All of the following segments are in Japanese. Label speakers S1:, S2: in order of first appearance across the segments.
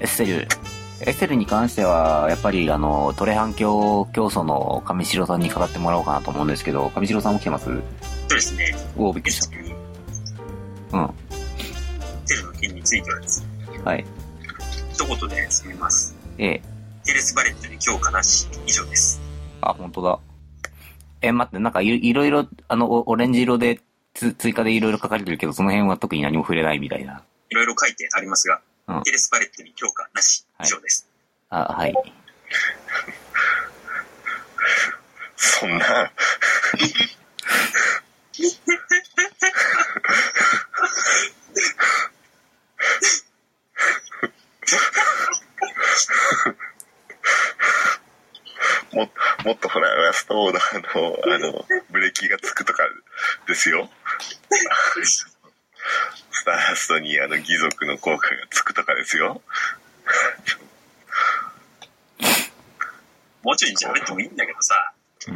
S1: エッセル。エッセルに関しては、やっぱり、あの、トレ反響競争の上白さんに語ってもらおうかなと思うんですけど、上白さんも来てます
S2: そうですね。
S1: おお、びっく
S2: エ
S1: り
S2: ス
S1: し
S2: テル、
S1: た。うん。
S2: テルの件についてはですね、
S1: はい。
S2: 一言で済みます。
S1: ええ。
S2: テレス・バレットに今日悲しい。以上です。
S1: あ、本当だ。え、待って、なんかい、いろいろ、あの、おオレンジ色で、つ、追加でいろいろ書かれてるけど、その辺は特に何も触れないみたいな。
S2: いろいろ書いてありますが、
S1: うん
S2: テレス・バレットに今日悲しい。以上です。
S1: あ、はい。
S3: そんな、ももっとほら、ラストオーダーの、あの、ブレーキがつくとかですよ。スターラストにあの義族の効果がつくとかですよ。
S2: もうちょい喋ってもいいんだけどさ、
S3: あ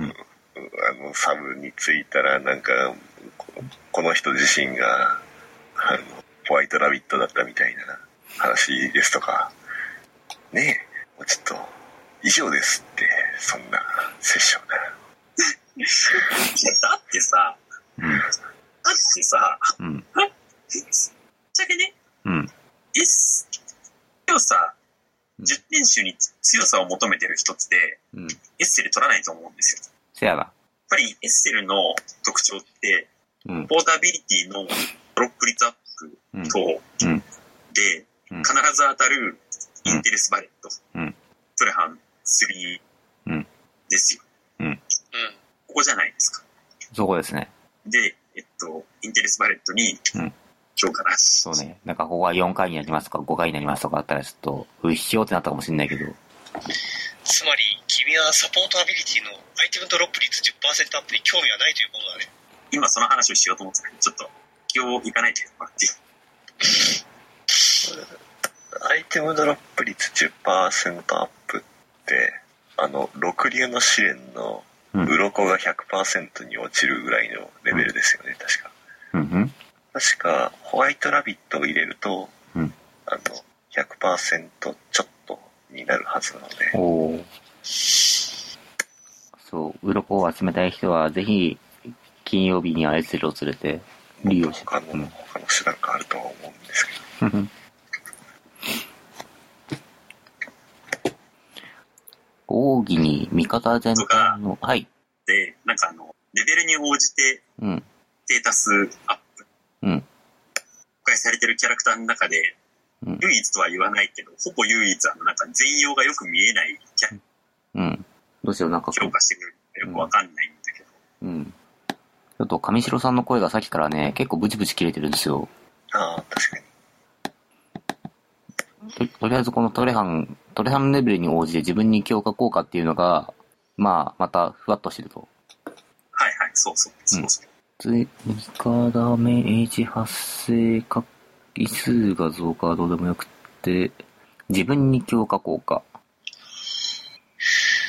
S3: のサブについたらなんかここの人自身があのホワイトラビットだったみたいな話ですとかねえもうちょっと以上ですってそんな殺生な
S2: だってさ、
S1: うん。
S2: だってさ、
S1: うん。
S2: ぶっちゃけね、
S1: うん。
S2: エス、強さ、10点集に強さを求めてる人って、
S1: うん。
S2: エッセル取らないと思うんですよ。や
S1: せや
S2: っ
S1: な。
S2: ぱりエッセルの特徴って、
S1: うん。
S2: ポータビリティのドロップ率アップ
S1: うん。
S2: と、
S1: うん
S2: で、
S1: うん
S2: 必ず当たるインテレスバレット、
S1: うん
S2: トレハン3
S1: うん
S2: ですよ。
S1: うん
S2: ここじゃないですか。
S1: そこですね。
S2: で、えっと、インテレスバレットに、
S1: うん
S2: 今日かなし。
S1: そうね。なんか、ここは4回になりますとか、5回になりますとかあったら、ちょっと、うっひょーってなったかもしれないけど。
S4: つまり君はサポートアビリティのアイテムドロップ率10%アップに興味はないということだね
S2: 今その話をしようと思ってたけど、ちょっと、今日行かないでもらっていい
S3: アイテムドロップ率10%アップってあの六流の試練の
S1: うん
S3: 鱗が100%に落ちるぐらいのレベルですよね確か
S1: うんうん。
S3: 確かホワイトラビットを入れると、
S1: うん
S3: あの100%ちょっとになるはずなので
S1: おお。そう、鱗を集めたい人は、ぜひ、金曜日にアイスルを連れて、利用して
S3: 他の他の手段があるとは思うんですけど
S1: うん 奥義に味方全体の、はい。
S2: で、なんかあの、レベルに応じて、
S1: うん。
S2: データ数アップ、
S1: うん。
S2: 公開されてるキャラクターの中で、
S1: うん
S2: 唯一とは言わないけど、ほぼ唯一あの、なんか全容がよく見えないキャラ
S1: うん。どうしよう、なんかこう
S2: 評価してくれるのかよくわかんないんだけど、
S1: うん。ちょっと上白さんの声がさっきからね、結構ブチブチ切れてるんですよ。
S3: ああ確かに
S1: ととりあえずこのトレハン、トレハンレベルに応じて自分に強化効果っていうのが、まあ、またふわっとしてると。
S2: はいはい、そうそう、そうそう。
S1: つい、カダメージ発生か、位数が増加はどうでもよくって、自分に強化効果。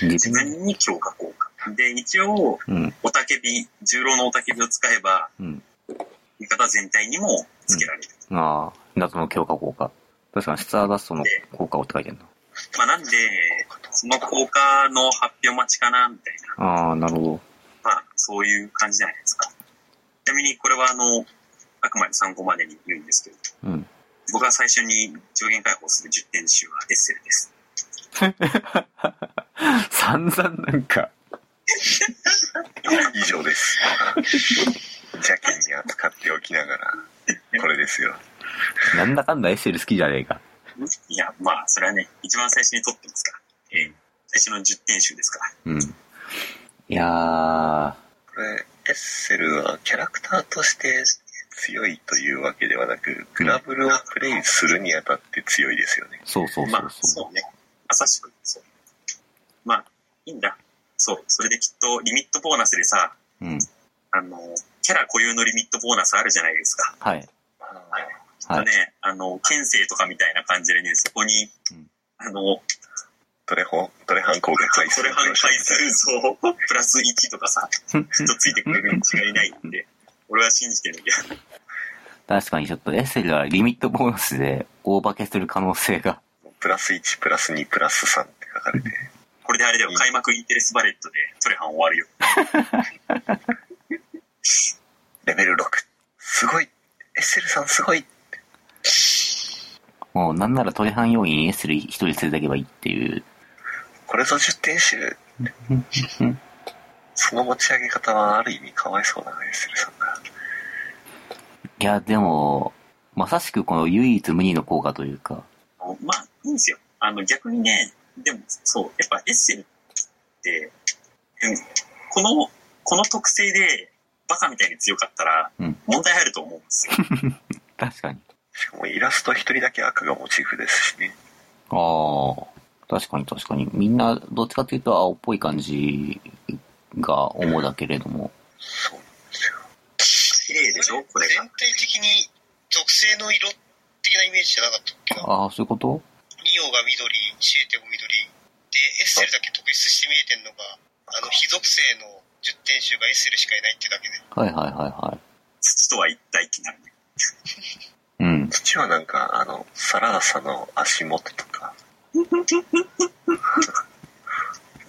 S1: 自
S2: 自
S1: 分、
S2: 分に強化効果。で、一応、
S1: うん、
S2: おたけび、重郎のおたけびを使えば、
S1: うん。
S2: 味方全体にもつけられる。
S1: ああ、謎の強化効果。確かに、スターダストの効果をって書いてる
S2: まあなんで、その効果の発表待ちかな、みたいな。
S1: な。ああ、なるほど。
S2: まあ、そういう感じじゃないですか。ちなみに、これはあの、あくまで参考までに言うんですけど、
S1: うん。
S2: 僕が最初に上限解放する10点集はエッセルです。
S1: 散々なんか、
S3: 以 上です邪険に扱っておきながらこれですよ
S1: なんだかんだエッセル好きじゃねえか。
S2: いや、まあ、それはね、一番最初に取ってますから。ええ最初の10点集ですから。
S1: うん。いや
S3: これエッセルはキャラクターとして強いというわけではなくグラブルをプレイするにあたって強いですよね
S1: ー、そうそう
S2: ま
S1: そ
S2: あ
S1: う、そう。
S2: そうね。まさしく、そう。まあ、いいんだ。そう。それできっと、リミットボーナスでさ、
S1: うん。
S2: あの、キャラ固有のリミットボーナスあるじゃないですか。
S1: はい。はい。
S2: ね、あの、県政とかみたいな感じでね、そこに、
S1: うん
S2: あの、
S3: トレホトレハン効果回数
S2: それ半回数像、プラス1とか さ、きっとついてくれるに違いないんで、俺は信じてるんだけど、
S1: 確かにちょっとエッセルはリミットボーナスで大化けする可能性が。
S3: プラス1、プラス2、プラス3って書かれて、
S2: これであれだよ、開幕インテレスバレットでトレハン終わるよ。
S3: レベル6。すごいエッセルさんすごい
S1: もうなんならトレハン要員 S で一人連れていけばいいっていう。
S3: これぞ10点集その持ち上げ方はある意味かわいそうだな、エッセルさんが。
S1: いや、でも、まさしくこの唯一無二の効果というか、
S2: まあ、いいんですよ。あの、逆にね、でも、そう、やっぱエッセルって、うんこの、この特性で、バカみたいに強かったら
S1: うん、
S2: 問題あると思うんで すよ。
S1: 確かに。
S3: しかもイラスト一人だけ赤がモチーフですしね。
S1: ああ、確かに確かに。みんな、どっちかというと青っぽい感じが主だけれども。
S3: そうなんですよ。
S2: 綺麗でしょこれが
S4: 全。体的に属性の色的なイメージじゃなかったっけな。
S1: ああ、そういうこと
S4: ニオが緑、シエテも緑。で、エッセルだけ特筆して見えてんのが、あの、非属性の10点集がエッセルしかいないってだけで。
S1: はいはいはいは
S2: 土とは一体ってなるね。
S1: い。うん。
S3: 土はなんか、あの、サラーサの足元とか。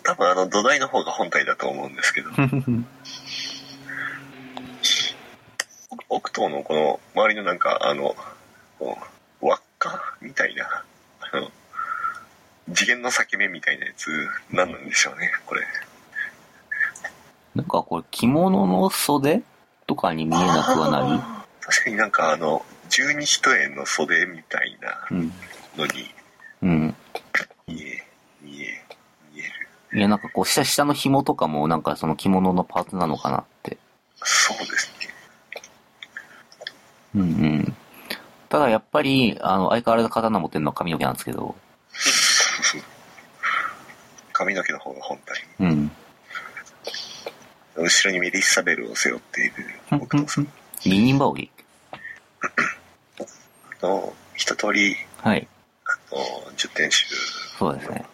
S3: 多分あの土台の方が本体だと思うんですけど、 奥東のこの周りのなんか、あの、こう輪っかみたいな、あの、次元の裂け目みたいなやつ、何なんでしょうね、これ。
S1: なんかこれ、着物の袖とかに見えなくはな
S3: 確かになんかあの、十二一円の袖みたいな
S1: りうん。
S3: のに、
S1: うん。
S3: 見え、見え、見える。
S1: いや、なんかこう、下、下の紐とかも、なんかその着物のパーツなのかなって。
S3: そうですね。
S1: うんうん。ただやっぱり、あの、相変わらず刀持ってるのは髪の毛なんですけど。
S3: 髪の毛の方が本体。
S1: うん。
S3: 後ろにメリッサベルを背負っている僕とさん
S1: 二人羽織
S3: の一通り
S1: はい。
S3: あの10点集
S1: そうですね。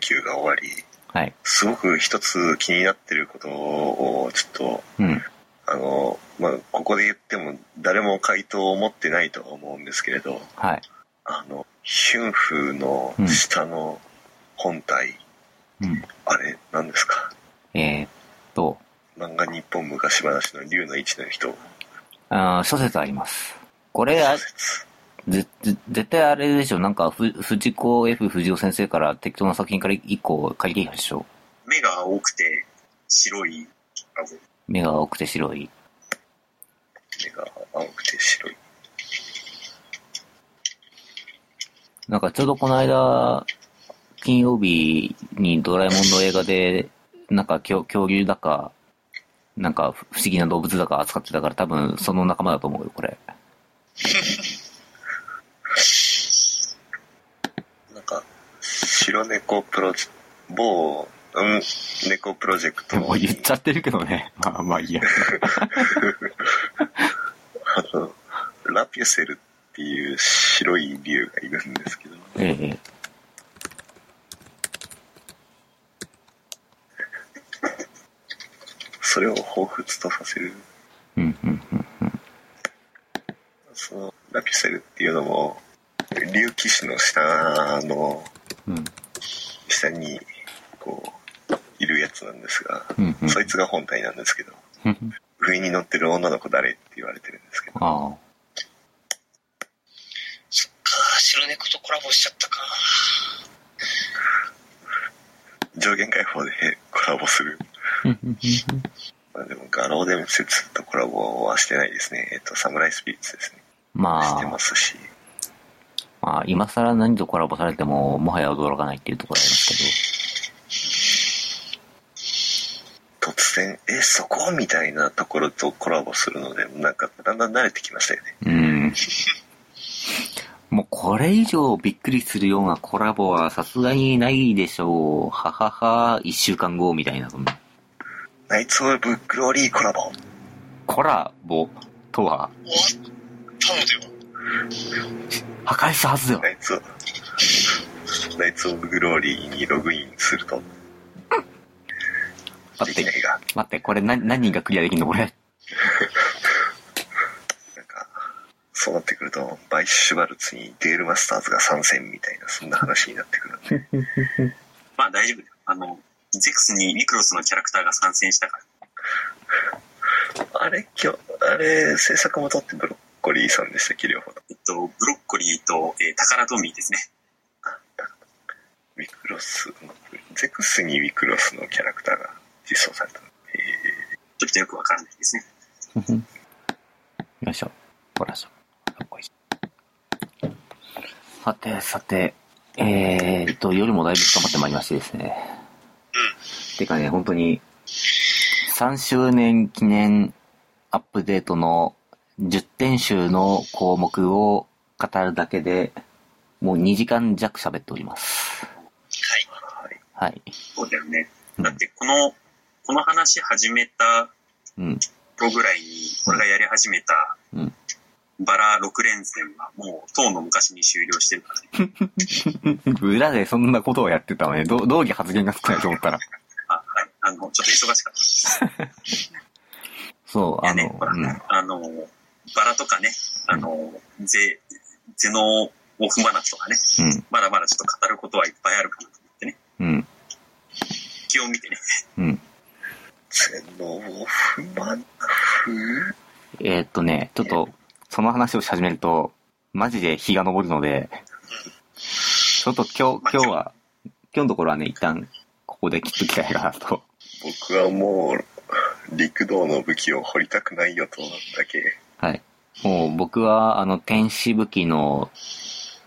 S3: 研究が終わり、
S1: はい。
S3: すごく一つ気になってることをちょっと、
S1: うん。
S3: あの、まあ、ここで言っても誰も回答を持ってないとは思うんですけれど、
S1: はい。
S3: あの、ヒュンフの下の本体、
S1: うん。
S3: あれ何ですか
S1: えー、っと、
S3: 漫画日本昔話の竜の位置の人、
S1: あー諸説あります。これ、あ
S3: 諸説
S1: ぜ、ぜ絶対あれでしょ。なんか、ふ、藤子 F 不二雄先生から適当な作品から一個借りてきたでしょ。
S2: 目が青くて、白い、あの
S1: 目が青くて白い。
S3: 目が青くて白い。
S1: なんかちょうどこの間、金曜日にドラえもんの映画で、なんか恐恐竜だか、なんか不思議な動物だか扱ってたから多分その仲間だと思うよ、これ。
S3: なんか、白猫プロジ某、うん、猫プロジェクト
S1: もう言っちゃってるけどね。 まあまあいいや。
S3: あのラピュセルっていう白い竜がいるんですけど、
S1: ええ。
S3: それを彷彿とさせる。
S1: うんうんうん。
S3: その、ラピュセルっていうのも、竜騎士の下の、
S1: うん
S3: 下に、こう、いるやつなんですが、
S1: うんうん。
S3: そいつが本体なんですけど、
S1: うんうん
S3: 上に乗ってる女の子誰って言われてるんですけど、
S1: ああ。
S4: そっか、白猫とコラボしちゃったか。
S3: 上限解放でコラボする。
S1: うんうん
S3: まあでも、画廊伝説とコラボはしてないですね。えっと、サムライスピリッツですね。
S1: ま
S3: してま
S1: あ、
S3: すし。
S1: まあ、今更何とコラボされても、もはや驚かないっていうところあります
S3: 突然、え、そこみたいなところとコラボするので、なんか、だんだん慣れてきましたよね。
S1: けど。うん。もうこれ以上びっくりするようなコラボはさすがにないでしょう。ははは、一週間後みたいな。そんな
S3: ナイツ・オブ・グローリーコラボ。
S1: コラボとは、
S4: 終わったのでは
S1: 破壊したはずでは
S3: ナ。イツ・ナイツ・オブ・グローリーにログインすると、
S1: 待
S3: で
S1: っ
S3: きな
S1: て、
S3: いが、
S1: 待って、これ何、何人がクリアできんのこれ。
S3: なんか、そうなってくると、バイシュバルツにデールマスターズが参戦みたいな、そんな話になってくるんで。
S2: まあ大丈夫だよ。あの、ゼクスにミクロスのキャラクターが参戦したから。
S3: あれ、今日、あれ、制作元ってブロッコリーさんでしたっけ、両方と。
S2: えっと、ブロッコリーと、えー、タカラトミーですね。
S3: ウィクロスの、ゼクスにウィクロスのキャラクターが実装された。
S2: ちょっとよくわからないですね。
S1: よいしょ。ほらしょ。よいしょさて、さて、えーっと、夜もだいぶ深まってまいりましてですね。てかね、本当に、3周年記念アップデートの10点集の項目を語るだけで、もう2時間弱喋っております。
S4: はい。
S1: はい。
S2: そうだよね。
S1: うん
S2: だって、この、この話始めた
S1: うん。
S2: 頃ぐらいに、俺がやり始めた
S1: うん、
S2: バラ6連戦はもう、とうの昔に終了して るからね。
S1: 裏でそんなことをやってたのね、ど道義発言が少ないと思ったら。
S2: あ、はい。あの、ちょっと忙しかったです。
S1: そう、
S2: い
S1: あ
S2: やね
S1: の、、
S2: ほら、
S1: うん。
S2: あの、バラとかね、あの、ゼ、ゼノオフマナスとかね、
S1: うん。
S2: まだまだちょっと語ることはいっぱいあるかなと思ってね、
S1: うん。
S2: 気を見てね、
S1: うん。
S3: ゼノーフマンフ
S1: えーっとね、ちょっと、その話をし始めると、マジで日が昇るので、ちょっと今日、今日は、今日のところはね、一旦、ここで切っときたいかなと。
S3: 僕はもう、陸道の武器を掘りたくないよと、だけ。
S1: はい。もう僕は、あの、天使武器の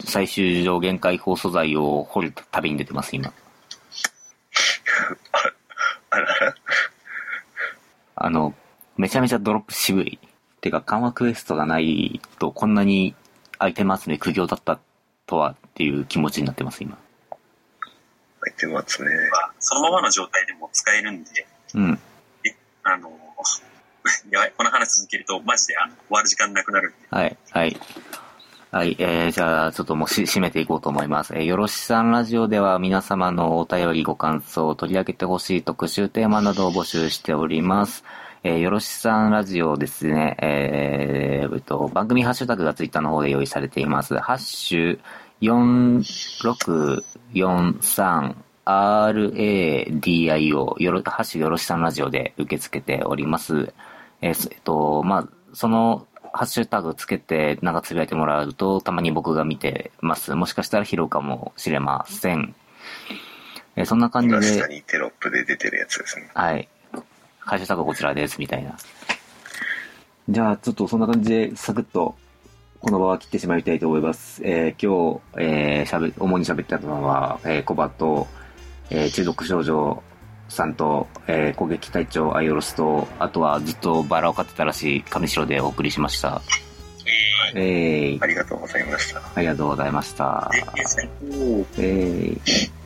S1: 最終上限解放素材を掘る旅に出てます、今。
S3: あらら、
S1: あの、めちゃめちゃドロップ渋い。てか、緩和クエストがないと、こんなにアイテム集め苦行だったとはっていう気持ちになってます、今。
S3: アイテム集め。
S2: まあそのままの状態でも使えるんで、
S1: うん。
S2: あの、 やばい、この話続けると、マジであの終わる時間なくなるんで、
S1: はい、はい。はい、えー、じゃあ、ちょっともうし、締めていこうと思います。えーよろしさんラジオでは皆様のお便りご感想、取り上げてほしい特集テーマなどを募集しております。えーよろしさんラジオですね、えーえっと、番組ハッシュタグがツイッターの方で用意されています。ハッシュ4643 RADIO、よろ、ハッシュよろしさんラジオで受け付けております。えーすえっと、まあ、その、ハッシュタグつけて、なんかつぶやいてもらうと、たまに僕が見てます。もしかしたら拾うかもしれません。えーそんな感じ
S3: 今
S1: で
S3: 下。にテロップで出てるやつですね。
S1: はい。会社タグこちらです、みたいな。じゃあ、ちょっとそんな感じで、サクッと、この場は切ってしまいたいと思います。えー今日、えー、しゃべ、主に喋ったのは、えーコバと、えー中毒症状さんと、えー攻撃隊長アイオロスと、あとはずっとバラを飼ってたらしい上白でお送りしました。
S4: えー、
S1: えー
S3: ありがとうございました。
S1: ありがとうございました。
S2: で、最後、
S1: えー